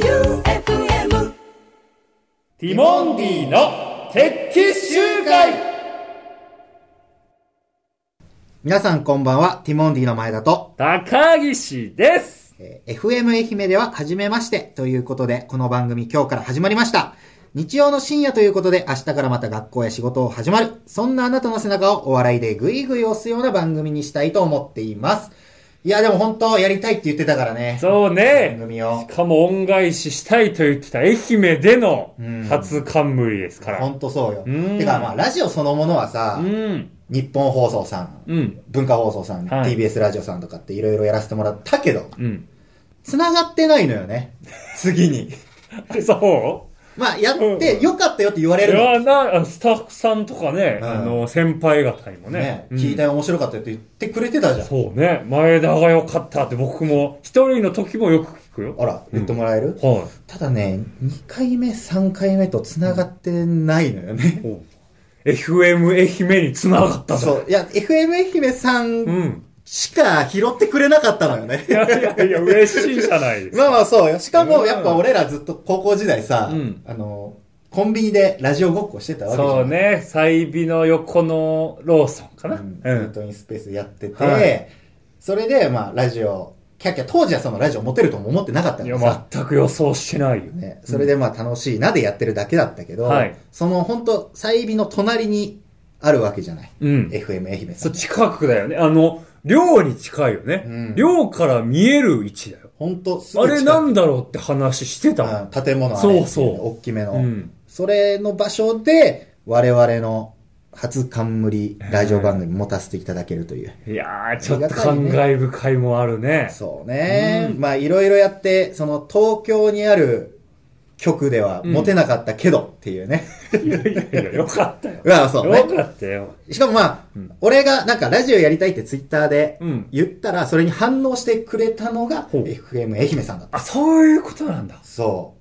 J-O-E-U-F-M ティモンディの決起集会皆さんこんばんは、ティモンディの前田と、高岸ですえー FM 愛媛では初めましてということで、この番組今日から始まりました。日曜の深夜ということで、明日からまた学校や仕事を始まる。そんなあなたの背中をお笑いでぐいぐい押すような番組にしたいと思っています。いや、でも本当やりたいって言ってたからね。そう番ね組をし。かも恩返ししたいと言ってた愛媛でのうん初冠ですから本当そうよ。うんてかまあ、ラジオそのものはさう、ん日本放送さん、うん文化放送さん、はい TBS ラジオさんとかっていろいろやらせてもらったけど、うん繋がってないのよね。次に。でそまあ、やって、よかったよって言わうれいるの。やなスタッフさんとかね、うんあの先輩方にもねね、うん聞いたよ、面白かったよって言ってくれてたじゃん。そうね前田が良かったって僕も一人の時もよく聞くよあら、言ってもらえるはただね、2回目、3回目と繋がってないのよねい。お FM 愛媛に繋がったぞそう。いや、FM 愛媛さうんん しか拾ってくれなかったのよねい。やいやいや、嬉しいじゃないですか。 まあまあそうよ。しかも、やっぱ俺らずっと高校時代さ、うんあの、コンビニでラジオごっこしてたわけじゃん。そうね、細美の横のローソンかう。な。うんん。ルートインスペースやってて、はいそれで、まあ、ラジオ、キャッキャ、当時はそのラジオ持てるとも思ってなかっいたかやらさ。、全く予想してないよ。ね、それでまあ楽しいなでやってるだけだったけど、はいその本当細美の隣にあるわけじゃない。うん。 FM 愛媛そさ。うん近くだよね。あの、寮に近いよね。うん寮から見える位置だよ。本当すあぐれ近くなんだろうって話してたもん。うん建物あれそうそう大きめの、うんそれの場所で、我々の初冠ラジオ番組持たせていただけるという。いやー、ちょっと感慨深いもあるね。そうね。うんまあ、いろいろやって、その東京にある局では持てなかったけどっていうね。いやいやいや、よかったよ。まあ、そうねよ。かったよ。しかもまあ、ん俺がなんかラジオやりたいってツイッターでうん言ったら、それに反応してくれたのが、ほう FM 愛媛さんだった。あ、そういうことなんだ。そ。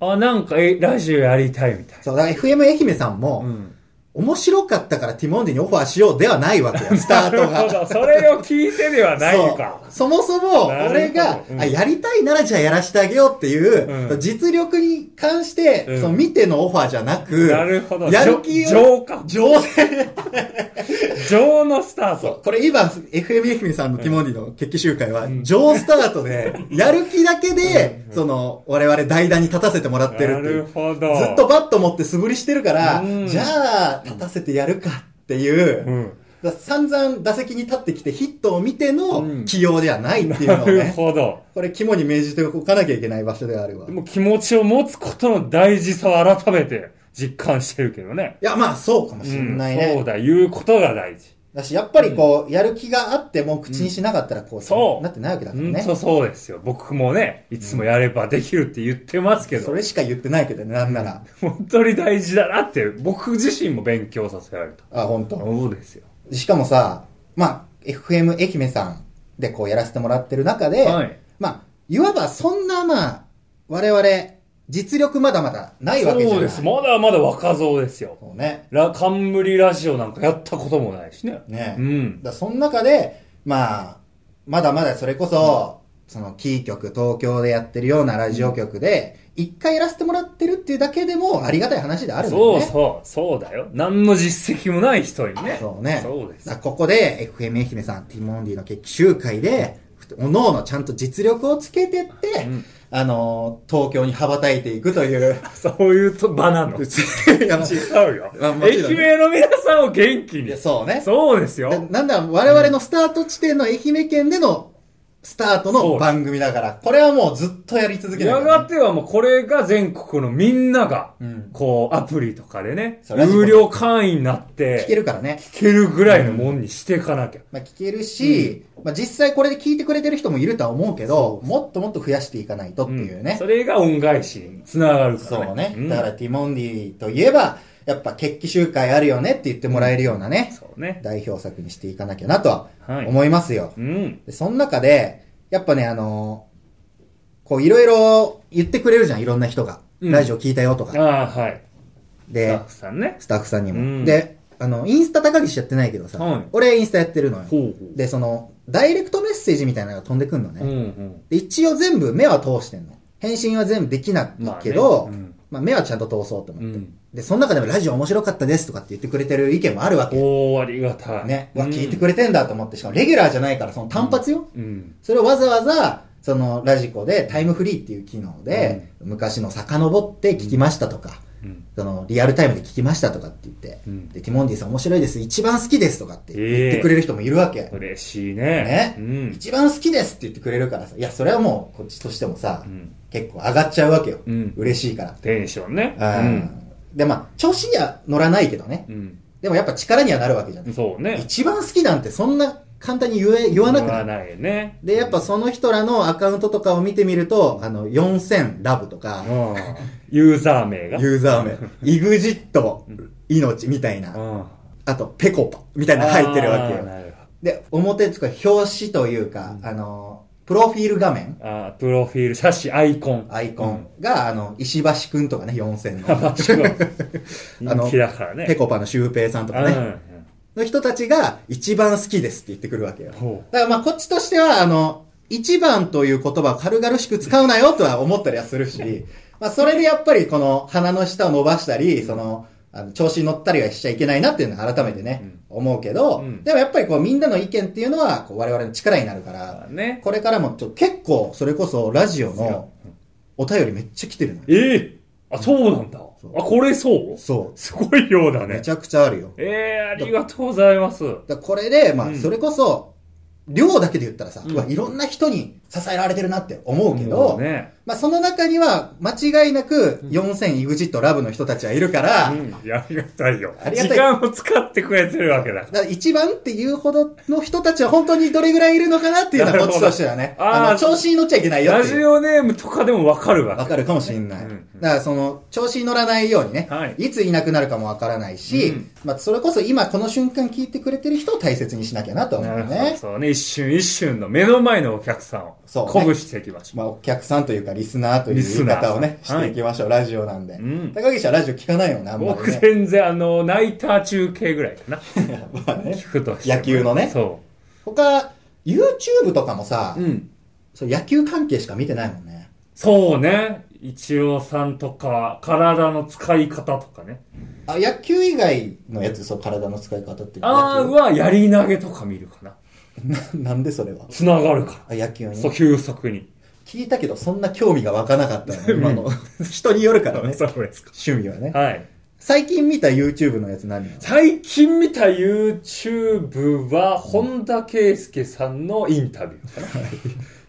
あ、なんか、え、ラジオやりたいみたいうそう、だから FM 愛媛さんも、な。うん。面白かったからティモンディにオファーしようではないわけよ、スタート なるほが。どそれを聞いてではないのか。そうそもそも、なるほど俺が、うんあ、やりたいならじゃあやらしてあげようっていう、うん実力に関して、うんその見てのオファーじゃなく、なるほど。やる気を、情か。情で情のスタート。これ今、FM 愛媛さんのティモンディの決起集会は、ん上スタートで、やる気だけで、その、我々代打に立たせてもらってるなっているう。ほど。ずっと、バット持って素振りしてるからうん、じゃあ、立たせてやるかっていうう、ん。だから散々打席に立ってきてヒットを見てうんの起用ではないっていうのなをるね、ほど。これ肝に銘じておかなきゃいけない場所であるわ。でいも気持ちを持つことの大事さを改めて実感してるけどね。や、まあそうかもうしんんないそうね。だ、言うことが大事。だし、やっぱりこう、やる気があっても口にしなかったらこう、そうなってないわけだから本ね。当そうですよ。僕もね、いつもやればできるって言ってますけそど、れしか言ってないけどね、なんなら。本当に大事だなって、僕自身も勉強させられた。あ、本当。そうですよ。しかもさ、まあ、FM 愛媛さんでこうやらせてもらってる中で、はいまあ、いわばそんなまあ、我々、実力まだまだないわけじゃない。そうです。まだまだ若造ですよ。そうね。ラ、冠ラジオなんかやったこともないしね。ねうん。だからその中で、まあ、まだまだそれこそ、そのキー局、東京でやってるようなラジオ局で、一回やらせてもらってるっていうだけでもありがたい話であるんだよそうね。そう、そうだよ。何の実績もない人にね。そうね。そうですだからここで、FM 愛媛さん、ティモンディの決起集会で、おのおのちゃんと実力をつけてって、うんあのー、東京に羽ばたいていくという。 そういうと場なの。違 いやまあうよまあ。も愛ちろんね媛の皆さんを元気いにや。そうね。そうですよ。だなんだ、我々のスタート地点の愛媛県でのスタートの番組だから、これはもうずっとやり続けなやいからがね。てはもうこれが全国のみんながうん、こう、アプリとかでね、そうラジコ有料会員になって、聞けるからね。聞けるぐらいのもんにしていかなきゃ。まあ、聞けるし、まあ、実際これで聞いてくれてる人もいるとは思うけど、もっともっと増やしていかないとっていううんね。それが恩返しにつながるからね。そうね。んだからティモンディといえば、やっぱ決起集会あるよねって言ってもらえるようなね、そうね。代表作にしていかなきゃなとははい思いますよ。うん。で、その中で、やっぱね、あのこういろいろ言ってくれるじゃん、いろんな人が。うんラジオ聞いたよとか。ああ、はい。スタでッ、フさんね。スタッフさんにも。うんで、あの、インスタ高岸やってないけどさ、はい俺インスタやってるのよ。ほうほう。で、その、ダイレクトメッセージみたいなのが飛んでくんのね。うんうん。で一応全部目は通してんの。返信は全部できないまあねけど、まあうん目はちゃんと通そうと思って。うんで、その中でもラジオ面白かったですとかって言ってくれてる意見もあるわけ。おー、ありがたい。ね。うわ、うん聞いてくれてんだと思って、しかもレギュラーじゃないから、その単発よ。うん。それをわざわざ、そのラジコでタイムフリーっていう機能で、昔の遡って聞きましたとか、うん。そのリアルタイムで聞きましたとかって言って、うんで、ティモンディさん面白いです、一番好きですとかって言ってくれる人もいるわけ。嬉しいね。ね、うん。一番好きですって言ってくれるからさ、いや、それはもうこっちとしてもさ、うん結構上がっちゃうわけよ。うん嬉しいかテンションね。ら。うんで、まあ、調子には乗らないけどね。うん。でもやっぱ力にはなるわけじゃなうん。い。そうね。一番好きなんてそんな簡単に言え言わな言くなわい。ないね。で、やっぱその人らのアカウントとかを見てみると、あの、4000ラブとか、うん。ユーザー名が。ユーザー名、イグジット、命みたいな、うん。あと、ペコパみたいなの入ってるわけあーよ。なるほどで、表とか表紙というか、あの、プロフィール画面、あープロフィール、写真、アイコン。アイコンが、あの、石橋くん とかね、4000あすごいの、あ人の気、だからね。ペコパのシュウペイさんとかね、の人たちが一番好きですって言ってくるわけよ。ほだからまあ、こっちとしては、あの、一番という言葉を軽々しく使うなよとは思ったりはするし、まあ、それでやっぱりこの鼻の下を伸ばしたり、その、あの調子に乗ったりはしちゃいけないなっていうのは改めてね、思うけど、うんでもやっぱりこうみんなの意見っていうのはこう我々の力になるから、う。ね。これからもちょっと結構それこそラジオのお便りめっちゃ来てるのよ。ええあ、そうなんだ。そうあ、これそうそすごい量だう。めね。ちゃくちゃあるよ。ええありがとうございます。だからこれで、まうあ、んそれこそ、量だけで言ったらさ、うんうわ、いろんな人に支えられてるなって思うけど、もうね。まあ、その中には、間違いなく、4000 EXIT ラブの人たちはいるから、うん。いや、ありがたいよ。ありがたい時間を使ってくれてるわけだから。だから一番っていうほどの人たちは本当にどれぐらいいるのかなっていうなのるは、こほっどちとしてはね。あーあの、調子に乗っちゃいけないよっラていジう。オネームとかでもわかるわけ。わかるかもしれない。うんうんだから、その、調子に乗らないようにね、はいい、ついなくなるかもわからないし、うんまあ、それこそ今この瞬間聞いてくれてる人を大切にしなきゃなと思なうるほど。ね。そうね。一瞬一瞬の目の前のお客さんをそうね鼓舞していきましょまあ、お客さんというか、リスナーというリ言スいナー方をね、さんしていきましょう、ラジオなんで。ん高岸はラジオ聞かないよな、あう。んまり僕ね。全然あの、ナイター中継ぐらいかな。まあね聞くとしても野球のねそ 他、YouTube とかもさ、う。うん。そう野球関係しか見てないもんね。そうね。一応さんとか、体の使い方とかね。あ、野球以外のやつ、そう、体の使い方って。あー野は、やり投げとか見るかな。球 ななんでそれはつながるかあ、野球ら。にそう、。急速に。聞いたけど、そんな興味が湧かなかった の、今の。 人によるからね。そうですか。趣味はね。はい。最近見た YouTube のやつ何最近見た YouTube は、本田圭佑さんのインタビューかな。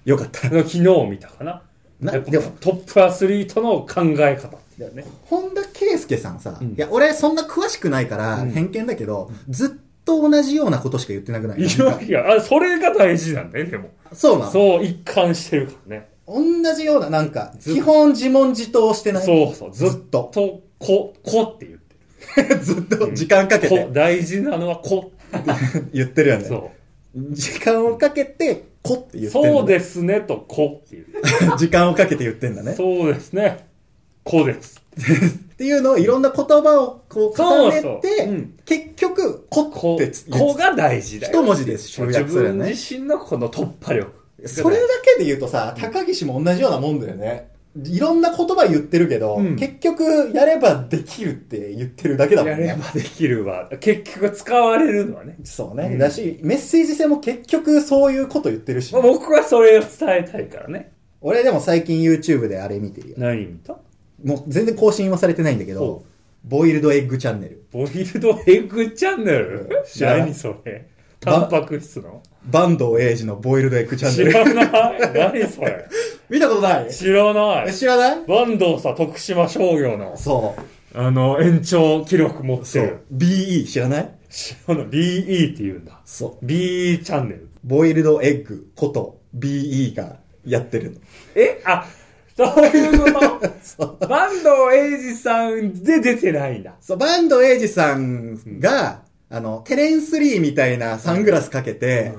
よかった。昨日見たかな。なやっぱでもトップアスリートの考え方っていうね。本田圭佑さんさ、んいや、俺そんな詳しくないから、うん偏見だけど、ずっと同じようなことしか言ってなくないいやいや、あ、それが大事なんだよ、でも。そうなのそう、一貫してるからね。同じような、なんか、ず基本自問自答してない。そうそう、ずっずっと。と、こ、こって言ってずっと 時間かける。てこ、大事なのはこ。言ってるよね。そ時間をかけて、こってう。言ってんだねそうですねと、こっていう。時間をかけて言ってんだね。そうですね。こです。っていうのをいろんな言葉をこう重ねて、そうそううん結局、ここってつ、こが大事だよ。一文字で集自約するよ分ね。自身のこの突破力。それだけで言うとさ、高岸も同じようなもんだよね。いろんな言葉言ってるけど、うん結局、やればできるって言ってるだけだもんやね。ればできるわ。結局使われるのはね。そうね、うんだし、メッセージ性も結局そういうこと言ってるし、まあ、僕はそれを伝えたいからね。俺でも最近 YouTube であれ見てるよ。何見たもう全然更新はされてないんだけどそ、ボイルドエッグチャンネル。ボイルドエッグチャンネルうん知らない何それ。タンパク質のバンド英二のボイルドエッグチャンネ知ル。らない何それ見たことない知らなえい知らない坂東さん、徳島商業の、そう。あの、延長記録持ってる。。 BE 知らない知らない BE って言うんだ。そう。 BE チャンネル。ボイルドエッグこと BE がやってるの。えあ、そういうこそうと坂東英二さんで出てないんだ。そう、バンドエイジさんが、あの、テレンスリーみたいなサングラスかけ て、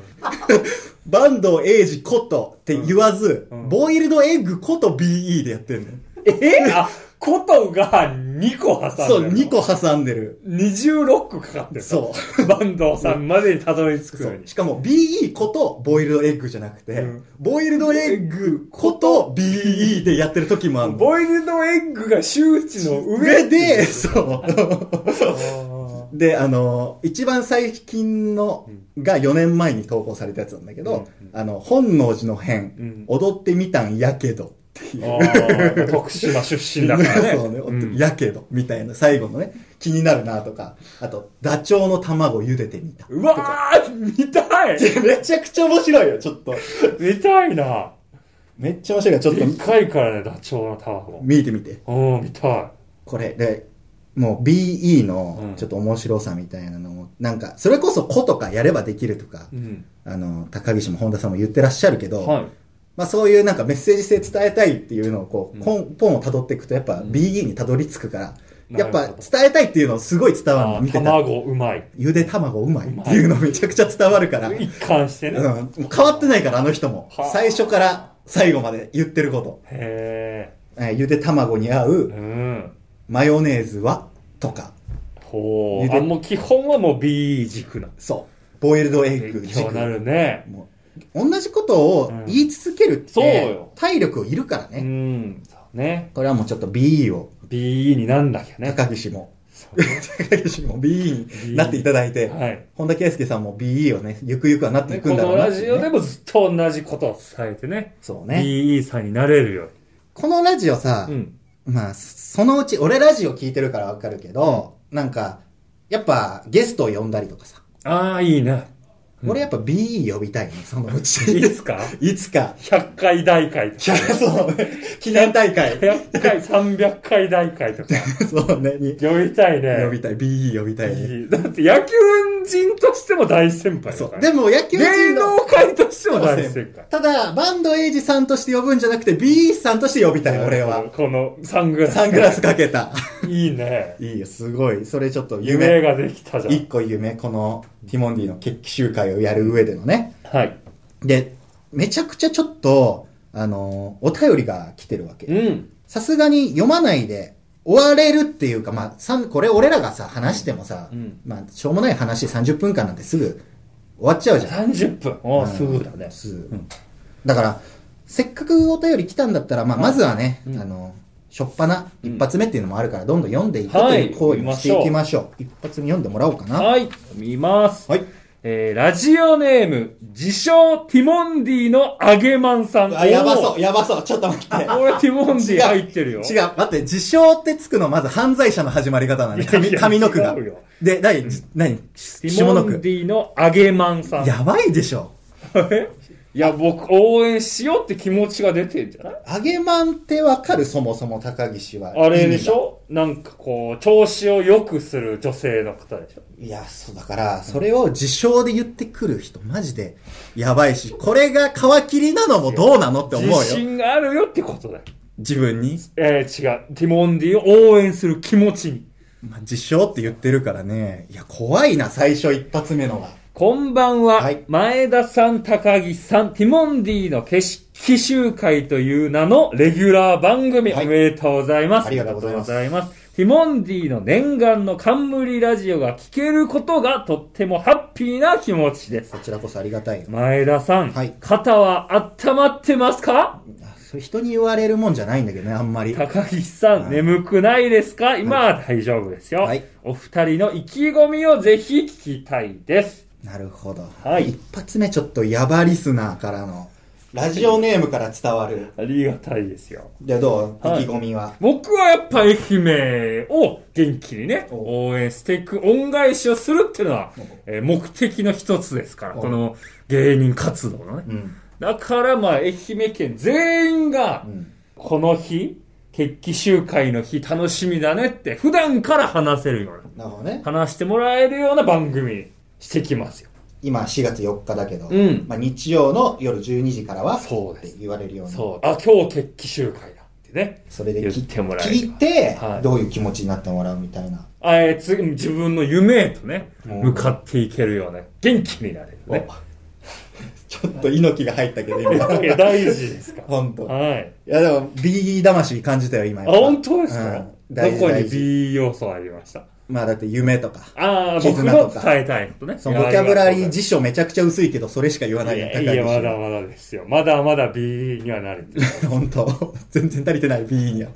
バンドエイジことって言わず、うんボイルドエッグこと BE でやってるの。えあ、ことが2 2個挟んでる。そう、2。個挟んでる。 26個かかってる。。そうバンドさんまでにたどり着くそのうに。しかも BE ことボイルドエッグじゃなくて、うんボイルドエッグこと BE でやってる時もあるの。ボイルドエッグが周知の上上で。で、そう。あーで、あの、一番最近のが4年前に投稿されたやつなんだけど、うんあの、本能寺の変、うん踊ってみたんやけどっていう。あー徳島出身だからね。 そうね、うんやけどみたいな、最後のね、気になるなとか、あと、ダチョウの卵茹でてみた。うわー見たい めちゃくちゃ面白いよ、ちょっと。見たいな。めっちゃ面白いから、ちょっでっとかいからね、ダチョウの卵。見てみて。うん、見たい。これ、で、もう BE うのんちょっと面白さみたいなのも、なんか、それこそ子とかやればできるとかう、ん。あの、高岸も本田さんも言ってらっしゃるけど、はい。まあそういうなんかメッセージ性伝えたいっていうのをこう、うん根本を辿っていくとやっぱ BE に辿り着くから、なるやっほどぱ伝えたいっていうのすごい伝わるあの、見ーてた。卵うまい。ゆで卵うまいっていうのめちゃくちゃ伝わるから、うん、一貫してね。へもう変わってないからあの人もはあ。最初から最後まで言ってること。え。えーゆで卵に合ううん。マヨネーズはとか、ほゆう。であ、もう基本はもう BE 軸な。そう、ボイルドエッグ勉強軸になるね。もう同じことを言い続けるって、そうよ体力をいるからうね。ん。そうね。これはもうちょっと BE を BE になんなきゃね。高岸も、そう高岸も BE になっていただいて、はい。本田圭佑さんも BE をね、ゆくゆくはなっていでくこんだろのうなラっていジうね、オでもずっと同じことを伝えてね。そうね。 BE さんになれるよこのラジオさ、うに。うん。まあ、そのうち、俺ラジオ聞いてるからわかるけど、なんか、やっぱゲストを呼んだりとかさ、ああ、いいね。うん俺やっぱ BE 呼びたいね、そのういいでち。すか いつ か。 100回大会といや、か。そうね。記念大 会。100回、300回大会とか。そうね。に呼びたいね。 呼びたい。BE 呼びたいね。いいだって野球人としても大先輩そだかう。ら。でも野球芸人能の界としても大先輩。ただ、バンドエイジさんとして呼ぶんじゃなくて、BE さんとして呼びたい、俺は。このサングラス。サングラスかけた。いいね。いいよ、すごい。それちょっと夢。夢ができたじゃ一ん。個夢、このティモンディの決起集会をやる上でのね。はい。で、めちゃくちゃちょっと、あのーお便りが来てるわうけ。ん。さすがに読まないで終われるっていうか、まあ、さんこれ俺らがさ、話してもさ、うんまあ、しょうもない話30分間なんてすぐ終わっちゃうじゃん。 30分。おーうんすぐだね。すぐんだから、せっかくお便り来たんだったら、まあ、まずはね、うんあの、しょっぱなうん一発目っていうのもあるから、どんどん読んでいくとはいいう行為もしていきましょう。一発目読んでもらおうかな。はい。見ます。はい。えー、ラジオネーム、自称ティモンディのアゲマンさん。あ、やばう。そう、やばそう。ちょっと待って。俺ティモンディ入ってるよ。違う、待って、自称ってつくのまず犯罪者の始まり方なんで、いやい上や上の句が違うよ。で、何、何テ下ィモのン句。ディのアゲマンさん。やばいでしょ。えいや、僕、応援しようって気持ちが出てんじゃない揚げまんってわかるそもそも高岸は。あれでしょなんかこう、調子を良くする女性の方でしょいや、そうだから、それを自称で言ってくる人、マジで、やばいし、これが皮切りなのもどうなのって思う自よ。信があるよってことだよ。自分に。えー、違う。ティモンディを応援する気持ちに。まあ、自称って言ってるからね。いや、怖いな、最初一発目のが。こんばんは。はい前田さん、高木さん、ティモンディの景色集会という名のレギュラー番組、はいおめでとうございます。ありがとうございますありがとうございますティモンディの念願の冠ラジオが聞けることがとってもハッピーな気持ちですこ。ちらこそありがたいよ。前田さん、はい肩は温まってますかあそれ人に言われるもんじゃないんだけどね、あんまり。高岸さん、はい眠くないですか今は大丈夫ですよ、はいお二人の意気込みをぜひ聞きたいです。なるほど。はい一発目ちょっとヤバリスナーからの、ラジオネームから伝わる。ありがたいですよ。で、どうはい意気込みは。僕はやっぱ愛媛を元気にね、お応援していく、恩返しをするっていうのはお、えー目的の一つですから、おこの芸人活動のね。うん。だからまあ愛媛県全員がう、ん。この日、決起集会の日楽しみだねって、普段から話せるような、なるほどね。話してもらえるような番組にしてきますよ。今4月4日だけど、うんまあ、日曜の夜12時からはそうっでてす言われるようにそう。あ、今日決起集会だってね。それで言きってもらえれば聞いて、はいどういう気持ちになってもらうみたいな、あえー次、自分の夢へとね、うん向かっていけるような、元気になれるね。 ちょっと猪木が入ったけど今 いや大事ですか本当ら。はい。いやでも BE 魂感じたよ今あ、本当ですか、うんど大事こ大に事。 B 要素ありましたまあだって夢とか。ああ、僕絆とのか伝えたいことね。そのボキャブラリー自辞書めちゃくちゃ薄いけど、それしか言わないの高体いいや、いやでまだまだですよ。まだまだ B にはなれてる。しょ。 本当全然足りてない、B には。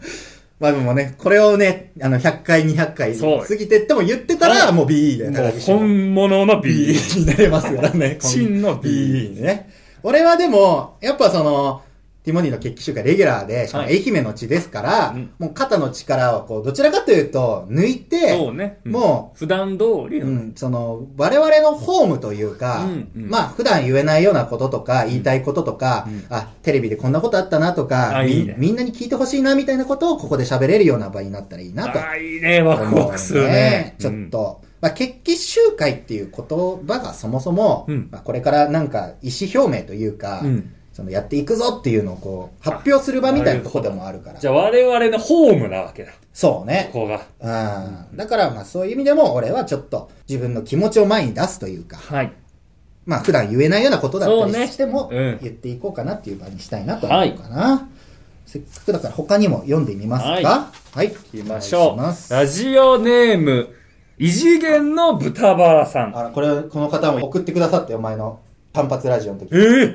まあでもね、これをね、あの、100回、200回そう過ぎてっても言ってたら、もう BE だよ、も高う岸も本物の B B。になれますからね。 真の B にね。俺はでも、やっぱその、ティモニーの決起集会レギュラーで、しかもはい愛媛の地ですから、うんもう肩の力をこう、どちらかというと、抜いて、そうね。んも普段通りうのねん、その、我々のホームというか、うんうんまあ、普段言えないようなこととか、言いたいこととか、うんあ、テレビでこんなことあったなとか、あみいいねみんなに聞いてほしいなみたいなことをここで喋れるような場になったらいいなとああ、いいね、ワクワクするね。ちょっと、まあ、決起集会っていう言葉がそもそも、うんまあ、これからなんか意思表明というか、うんそのやっていくぞっていうのをこう、発表する場みたいなとこでもあるからじ。ゃあ我々のホームなわけだ。そうね。ここが。うん、だからまあそういう意味でも俺はちょっと自分の気持ちを前に出すというか、はい。まあ普段言えないようなことだそっうたねりしてもうん言っていこうかなっていう場にしたいなとは思いうかな。せっかくだから他にも読んでみますかははいい。行行きましょきますう。ラジオネーム、異次元の豚バラさん。あら、これ、この方も送ってくださって、お前の単発ラジオの時。ええうん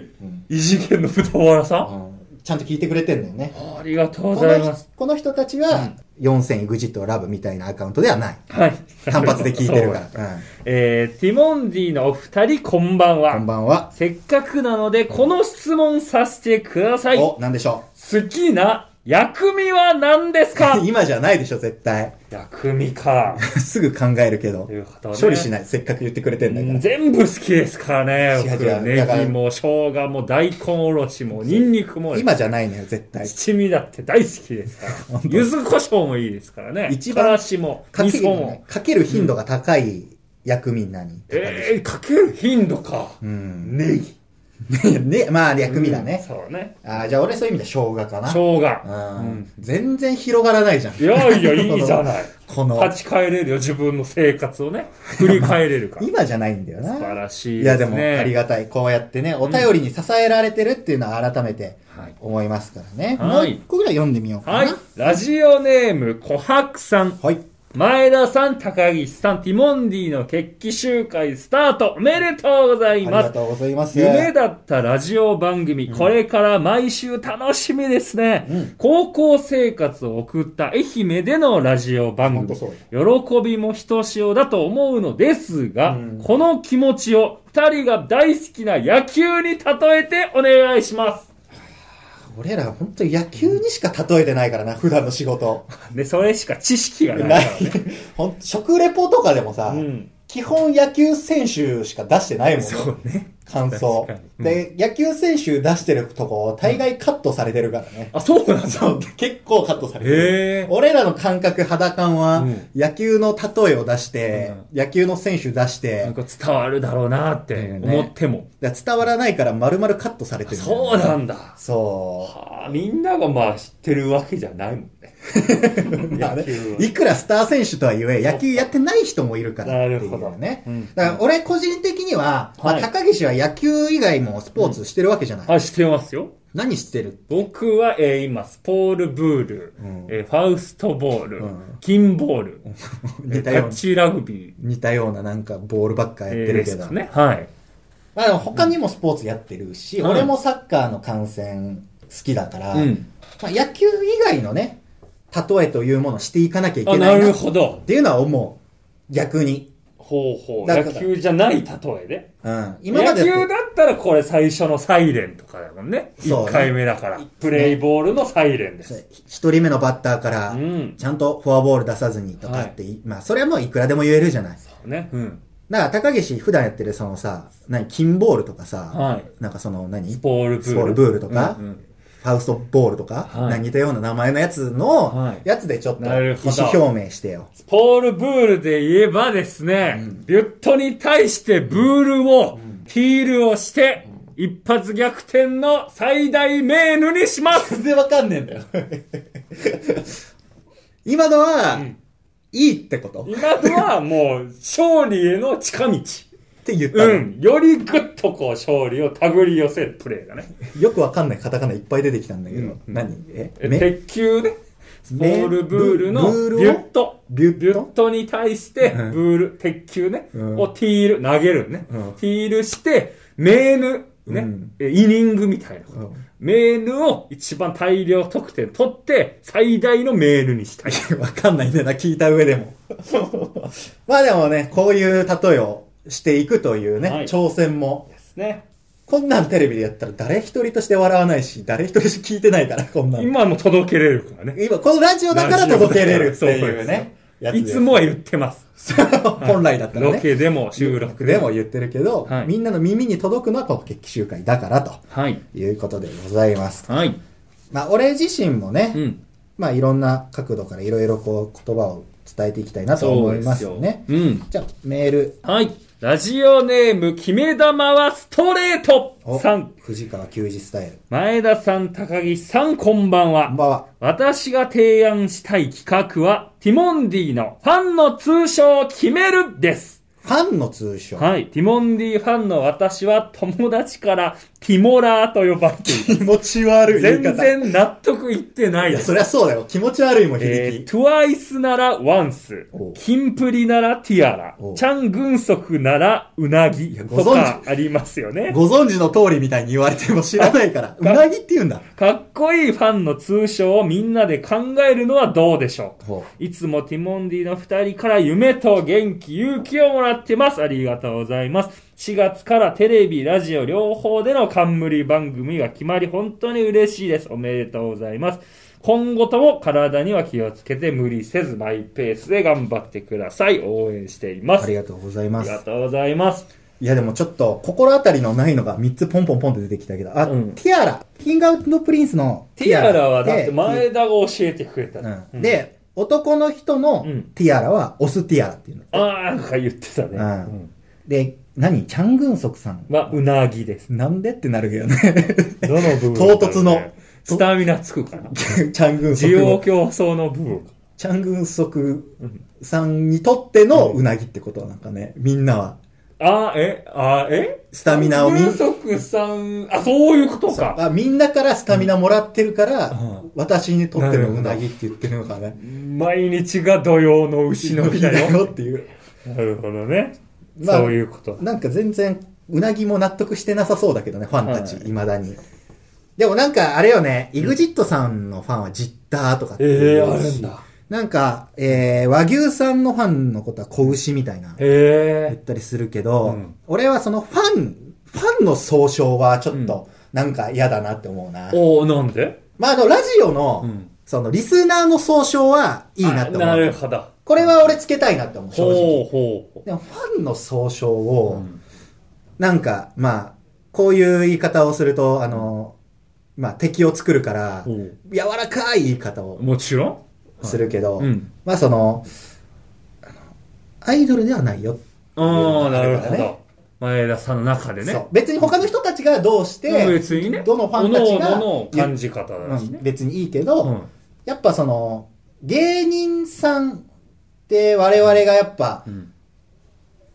異次元の豚バラさうんちゃんと聞いてくれてんだよね。んありがとうごこざいのま人す。この人たちは、4000 EXIT ラブみたいなアカウントでは ない。はい。単発で聞いてるかそうら。えー、ティモンディのお二人、こんばんうんこんは。ばんは。せっかくなので、この質問させてください。好お、なんでしょきな薬味は何ですかう 今じゃないでしょ、絶対。 薬味か。すぐ考えるけどと。いうことね。処理しない。せっかく言ってくれてんだうかんら。全部好きですからね。違僕うは違うだからネギも生姜も大根おろしもニンニクも。今じゃないのよ、絶対。七味だって大好きですから。柚子胡椒もいいですからね。一番からしも、か味ける噌ねも。かける頻度が高い薬味何って感じえー、かける頻度か。うん。ネギ。 ね、まあ、薬味だね。そうね。あーじゃあ俺そういう意味では生姜かな。生姜。ううんん全然広がらないじゃん。いやいや、いいじゃい。ない。 この、立ち返れるよ、自分の生活をね。振り返れるから。素今じゃないんだよな。晴らしいいでやすでね。も、ありがたい。こうやってね、お便りに支えられてるっていうのは改めてはい思いますからね。もはうい一個ぐらい読んでみようかな。はい。ラジオネーム、琥珀さん。はい。前田さん、高岸さん、ティモンディの決起集会スタートおめでとうござあいりまがすとうございます。夢だったラジオ番組、これから毎週楽しみですね、うん高校生活を送った愛媛でのラジオ番ほん組とそう喜びもひとしおだと思うのですが、うんこの気持ちを2人が大好きな野球に例えてお願いします俺ら本当に野球にしか例えてないからな、普段の仕事。でそれしか知識がないかならいね。ほん食レポとかでもさ、うん基本野球選手しか出してないもんね。そうね感想確かに。うんで、野球選手出してるとこ、大概カットされてるからね。あそうなんだそう、結構カットされてへーる。俺らの感覚、肌感はうん、野球の例えを出して、野球の選手出して、なんか伝わるだろうなって思っても、だから伝わらないから丸々カットされてる。そうな。んだそはあみんながまあ知ってるわけじゃないもんねう。 まあ野ね球はいくらスター選手とはいえ、野球やってない人もいるからっていなるほどうねうん。だから俺個人的には、まはあい高岸は野球以外もスポーツしてるわけじゃない。あ知ってますよ何してる僕は、えー今スポールブール、んえーファウストボール、うん金ボール、えー似たようタなッ。チラグビー、似たようななんかボールばっかやっえてー、るでけすどか。ねはいまあでも他にもスポーツやってるし、はい俺もサッカーの観戦好きだから、うんまあ、野球以外のね、例えというものをしていかなきゃいあけなないなるっほどていうのは思う。逆に。ほうほうだか野ら球じゃない例えでうん。今ま野でだ球ってだったらこれ最初のサイレンとかだもんねそうね1回目だから、プレイボールのサイレンです、一人目のバッターからうん、ちゃんとフォアボール出さずにとかって、まあそれはもういくらでも言えるじゃない。ねうんだから高岸普段やってるそのさ、何、金ボールとかさ、はいなんかその何スポールブールスポールブールとか、うんうんファウストボールとか、はい何似たような名前のやつの、はいやつでちょっと意なるほど思表明してよ。ポール・ブールで言えばですね、ビュットに対してブールを、ティールをして、一発逆転の最大メールにします全然わかんねえんだよ。 今のは、いいってことっ今のはもう、勝利への近道。て言ったの、うん。よりぐっとこう、勝利を手繰り寄せるプレーがね。よくわかんないカタカナいっぱい出てきたんだけど、うん何ええめ鉄球ね。ボールブールのブールをビュット。ビュットに対して、ブうんール、鉄球ね、うんをティール、投げるね。うんティールして、メーヌ、ね、うんえイニングみたいなこと。うんメーヌを一番大量得点取って、最大のメーヌにしたい。 わかんないんだよな、聞いた上 でも。まあでもね、こういう例えをしていくというね、はい挑戦も。ですね。こんなんテレビでやったら誰一人として笑わないし、誰一人として聞いてないから、こんなの。今も届けれるからね。今、このラジオだから届けれるってラジオだいうからそうね。やついですつもは言ってます。本来だったらロね。ケでも収録でも言ってるけど、はいみんなの耳に届くのはこの決起集会だからとはい。いうことでございます。はい。まあ、俺自身もね、うん。まあ、いろんな角度からいろいろこう、言葉を伝えていきたいなとそ思ういでますすよ。ね。うん。じゃあ、メール。はい。ラジオネーム、決め玉はストレートおさん。藤川球児スタイル。前田さん、高木さん、こんばんこんは。ばんは。私が提案したい企画は、ティモンディのファンの通称を決めるです。ファンの通称。はい。ティモンディファンの私は友達からティモラーと呼ばれている。気持ち悪い言い全方。然納得いってないいでや、すそ。りゃそうだよ。気持ち悪いもん、響き。えー、トゥワイスならワンスおう、キンプリならティアラおう、チャングンソクならウナギごとか存ありますよね。ご存知の通りみたいに言われても知らないから。うなぎって言うんだ。かっこいいファンの通称をみんなで考えるのはどうでしょうほいつもティモンディの二人から夢と元気、勇気をもらってます。ありがとうございます。4月からテレビ、ラジオ両方での冠番組が決まり、本当に嬉しいです。おめでとうございます。今後とも体には気をつけて無理せずマイペースで頑張ってください。応援しています。ありがとうございあまりがす。とうございます。いや、でもちょっと、心当たりのないのが3つポンポンポンって出てきたけど。あ、うんティアラ。キングアウトプリンスのティアラはだってで前田が教えてくれた。うんうんで、男の人のうんティアラはオスティアラっていうの。あーなんか言ってたね。うんうんで、何チャングンソクさん。は、うなぎです。なんでってなるけどね。どの部分唐突のスタミナつくかな。 チャングンソ需ク要を。競争の部分。チャングンソクさんにとってのうなぎってことはなんかね、みんなは。あ、え、あ、えスタミナをみん風速さん、あ、そういうことか。あみんなからスタミナもらってるから、うん私にとってのうななるほぎって言ってるのかね。毎日が土曜の牛の日だうなぎよ。って いう。なるほどね。まあそういうこと。なんか全然、うなぎも納得してなさそうだけどね、ファンたち、はい未だに。でもなんか、あれよね、イグジットさんのファンはジッターとかっていうし。えーあるんだなんか、えー、和牛さんのファンのことは子牛みたいな、言っへえ。たりするけうど、ん俺はそのファン、ファンの総称はちょっと、なんか嫌だなって思うな。おーなんでまあ、あの、ラジオの、うんその、リスナーの総称はいいなってあな思るう。ほど。これは俺つけたいなって思う、ほ正直。うほうほでも、ファンの総称を、う。うんなんか、まあ、こういう言い方をすると、あの、まあ、敵を作るから、ほ柔うらかい言い方をもちろん。するけど、うんまあ、その、あのアイドルではないよ。ああ、なるだほからねど。前田さんの中でね。そう別に他の人たちがどうして、別にね。どのファンたちが、各々の感じ方だしうねん。別にいいけど、うんやっぱその、芸人さんって我々がやっぱうん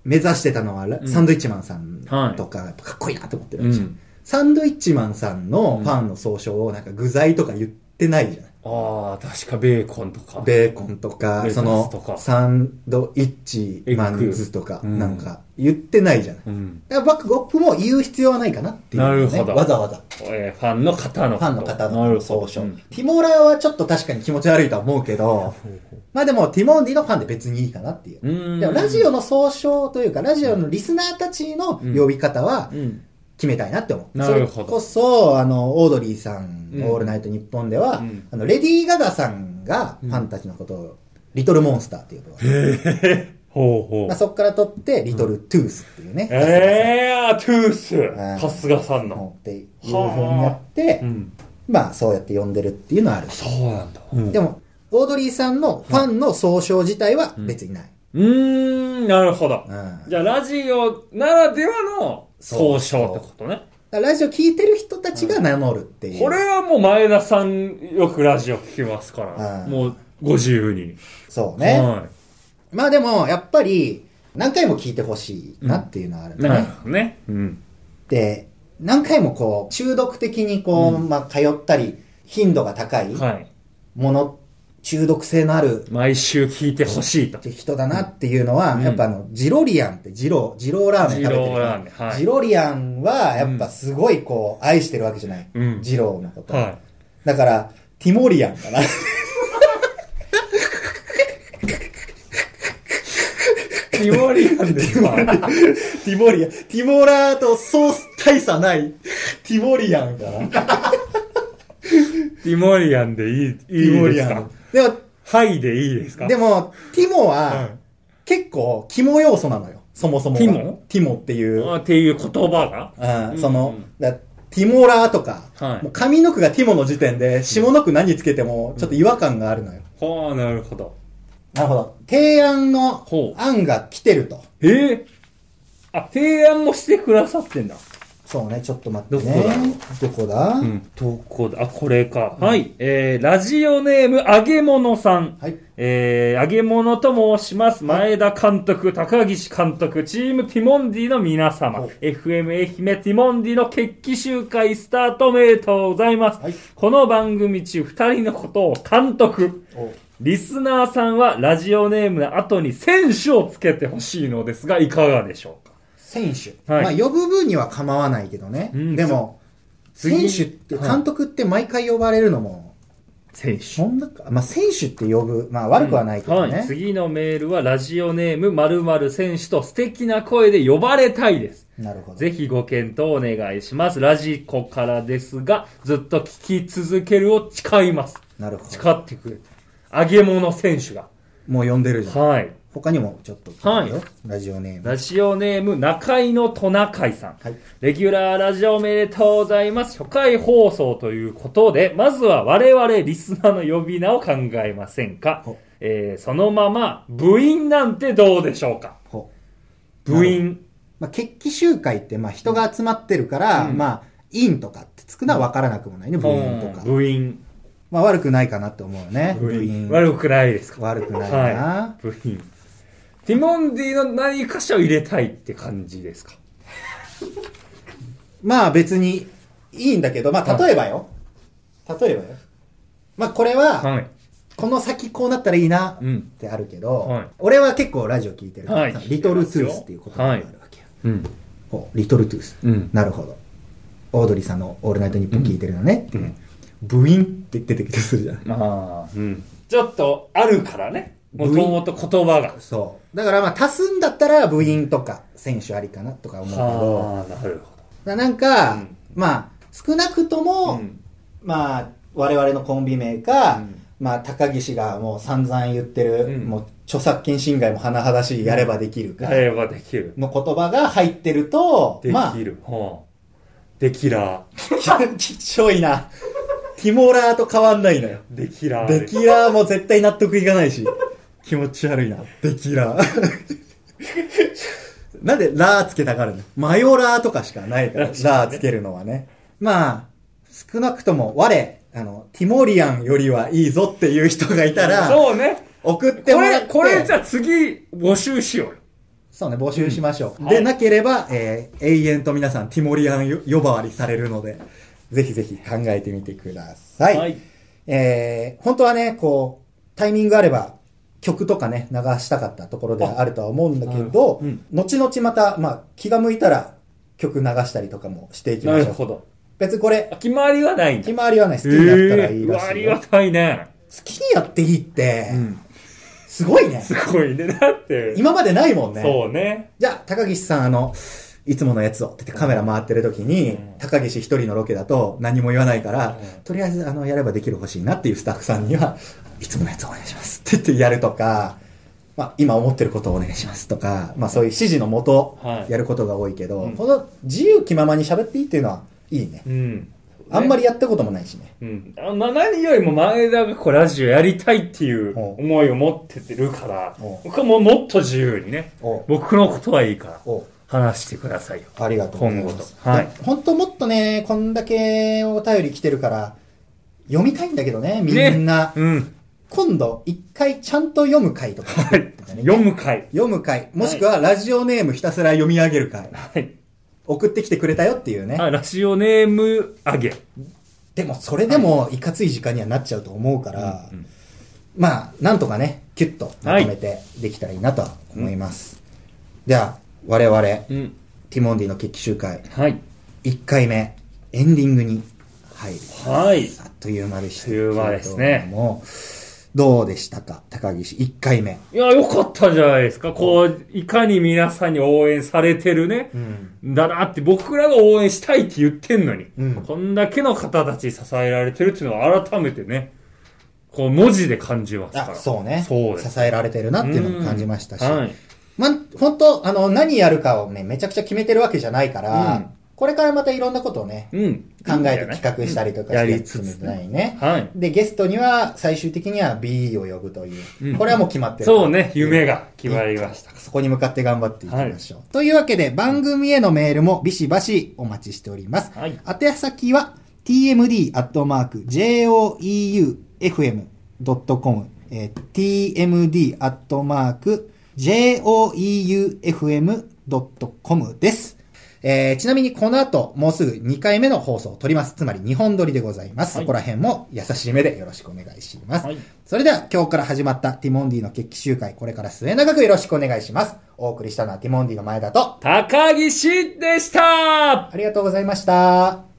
目指してたのは、んサンドイッチマンさんはいとか、やっぱかっこいいなと思ってうるじゃんん。サンドイッチマンさんのファンの総称をなんか具材とか言ってないじゃない、ああ、確かベーコンとか。ベーコンとか、レタスそとかの、サンドイッチマンズとか、エッグなんか言ってないじゃない、うん。だから僕も言う必要はないかなっていう、ね。なるほどわざわざ。えーファンの方のファンの方の総称。なるほどティモラーはちょっと確かに気持ち悪いとは思うけど、まあでもティモンディのファンで別にいいかなっていうう。んでもラジオの総称というか、ラジオのリスナーたちの呼び方はうん決めたいなって思う。なるほどそれこそ、あの、オードリーさんのうんオールナイトニッポンでは、うんあの、レディー・ガガさんがファンたちのことを、リトルモンスターっていうのほうほう。まあ、そこから取って、リトル・トゥースっていうね。ええー、トゥース、ん春日さんの。っていう風になってう、ん。まあそうやって呼んでるっていうのはあるし。そうなんだ。うんでも、オードリーさんのファンの総称自体は別にない。うーん、なるほどう。ん。じゃあ、ラジオならではの総称ってことね。だからラジオ聞いてる人たちが名乗るっていう。これはもう前田さんよくラジオ聞きますから。うんもう、ご自由に。そうね。はまあでも、やっぱり、何回も聞いてほしいなっていうのはあるい。ね。なるほどね。うん。で、何回もこう、中毒的にこう、まあ通ったり、頻度が高いはい。もの中毒性のある毎週聞いてほしいと。人だなっていうのは、やっぱあの、ジロリアンって、ジロ、ジロラーメン食べてるジロラーメンはいジロリアンは、やっぱすごいこう、愛してるわけじゃない。うんジローのこと。はだから、ティモリアンかな。 い。ティモリアンです かティモリアン。ティモラーとソース大差ない、ティモリアンかな。テティモリアンでいい、いいィモでリすアかン。でも、はいでいいですかでも、も、ティモうは、結構、肝要素なのよ。そもそもが。ティモティモっていんう。あっていう言葉がうん、んその、だティモラーとか、はいもう上の句がティモの時点で、下の句何つけても、ちょっと違和感があるのよ。はあ、なるほど。なるほど。提案のほう案が来てると。えー、あ、提案もしてくださってんだ。そうね、ちょっと待ってどこだね。どこだうん。どこだあ、これか。はい。えー、ラジオネーム、揚げ物さん。はい。えー、揚げ物と申します。前田監督、高岸監督、チームティモンディの皆様お、 FM 愛媛ティモンディの決起集会スタートおめでとうございます。はいこの番組中、二人のことを監督。おリスナーさんはラジオネームの後に選手をつけてほしいのですが、いかがでしょうか選手。はいまあ、呼ぶ分には構わないけどね。うんでも、選次手って、はい監督って毎回呼ばれるのも、選手。そんなか、まあ、選手って呼ぶ、まあ、悪くはないけどはい、ね。次のメールはラジオネーム〇〇選手と素敵な声で呼ばれたいです。なるほど。ぜひご検討お願いします。ラジコからですが、ずっと聞き続けるを誓います。なるほど。誓ってくれた。揚げ物選手が。もう呼んでるじゃん。はい。他にもちょっと聞はいてよ、ラジオネーム。ラジオネーム、中井のトナカイさん。はい。レギュラーラジオおめでとうございます。初回放送ということで、まずは我々リスナーの呼び名を考えませんかお。えー、そのまま、部員なんてどうでしょうかほ部員。まあ、決起集会って、まあ、人が集まってるから、うんまあ、員とかってつくのは分からなくもないね、部員とか。うん部員。まあ、悪くないかなって思うよね。部員。悪悪くないですかくないな。はい。部品。ティモンディの何かしらを入れたいって感じですかまあ、別にいいんだけど、まあ、例えばよ。例えばよ。まあ、これは、はい。この先こうなったらいいなうっん。てあるけど、はい俺は結構ラジオ聞いてるから、はいさリトルトゥースっていう言葉があるわけよ。うん。ほうリトルトゥース。うん。なるほど。オードリーさんの「オールナイトニッポン」聞いてるのねって、うん部員って出てきてするじゃん。まあ、うん。ちょっと、あるからね。も部と員もと言葉が。そう。だからまあ足すんだったら部員とか選手ありかなとか思うけど、ああ、なるほななんか、うんまあ少なくとど。も、うんまあ我々のコンビ名か、うんまあ高岸がもう散々言ってる、うんもう著作権侵害も甚だしいやればできるか、やればできる。の言葉が入ってると、でまあ き、る。はあ。できら。ちっちょいな。ティモラーと変わんないのよ。できら。デキラーも絶対納得いかないし。気持ち悪いな。デキラー。 なんでラーつけたがるのマヨラーとかしかないから、ラーつけるのはね。まあ、少なくとも我、あの、ティモリアンよりはいいぞっていう人がいたら、そうね。送ってこもらっれ、て。これじゃあ次、募集しようよ。そうね、募集しましょう。うんで、はいなければ、えー永遠と皆さん、ティモリアンよ呼ばわりされるので、ぜひぜひ考えてみてください。はいえー本当はね、こう、タイミングあれば、曲とかね、流したかったところではあるとは思うんだけど、うん後々また、まあ、気が向いたら、曲流したりとかもしていきまなしょう。るほど。別にこれ、あ決まりはないんだ決。まりはね、好きにやったらいいえーうらわあしいりよ、がたいね。好きにやっていいって、うん。すごいね。すごいね。だって、今までないもんね。そうね。じゃあ、高岸さん、あの、いつものやつをって言ってカメラ回ってる時に、うん高岸一人のロケだと何も言わないから、うんとりあえず、あの、やればできる欲しいなっていうスタッフさんには、いつものやつお願いしますって言ってやるとか、まあ、今思ってることをお願いしますとか、まあ、そういう指示のもとは、いやることが多いけど、うんこの自由気ままに喋っていいっていうのは、いいね。うん。あんまりやったこともないしね。うん。あまあ、何よりも前田がこうラジオやりたいっていうおう思いを持っててるから、おう僕はもうもっと自由にね、おう僕のことはいいから、おう話してくださいよ。ありがとうございます。今後とはいで本当もっとね、こんだけお便り来てるから、読みたいんだけどね、みんな。うん。今度、一回ちゃんと読む回とか作ってたね、読む会。読む回。もしくは、ラジオネームひたすら読み上げる回。はい。送ってきてくれたよっていうね。あラジオネーム上げ。でも、それでも、いかつい時間にはなっちゃうと思うから、うんまあ、なんとかね、キュッとまとめてできたらいいなとは思います。では、我々、テうん。ィモンディの決起集会、はい。 1回目、エンディングに入ります。はいあっという間でした。あっという間ですねもう、どうでしたか、高岸、1回目。いや、よかったじゃないですか。こう、いかに皆さんに応援されてるね。だなって、僕らが応援したいって言ってんのに、うんこんだけの方たちに支えられてるっていうのは改めてね、こう、文字で感じますかあら。そうねそうです。支えられてるなっていうのも感じましたし、うんはい。ま、本当あの、何やるかをね、めちゃくちゃ決めてるわけじゃないから、うんこれからまたいろんなことをね、うん。考えて企画したりとうんかしやてりつつみたね。いね。はい。で、ゲストには、最終的には B を呼ぶというう。んこれはもう決まってる。そうね、夢が決まりました。そこに向かって頑張っていきましょう。というわけで、番組へのメールもビシバシお待ちしております。はい宛先は、tmd.joeufm.com、えー tmd.joeufm.com です。えーちなみにこの後、もうすぐ2回目の放送を撮ります。つまり2本撮りでございます。はいそこら辺も優しめでよろしくお願いします。はいそれでは今日から始まったティモンディの決起集会、これから末永くよろしくお願いします。お送りしたのはティモンディの前田と、高岸でしたありがとうございました。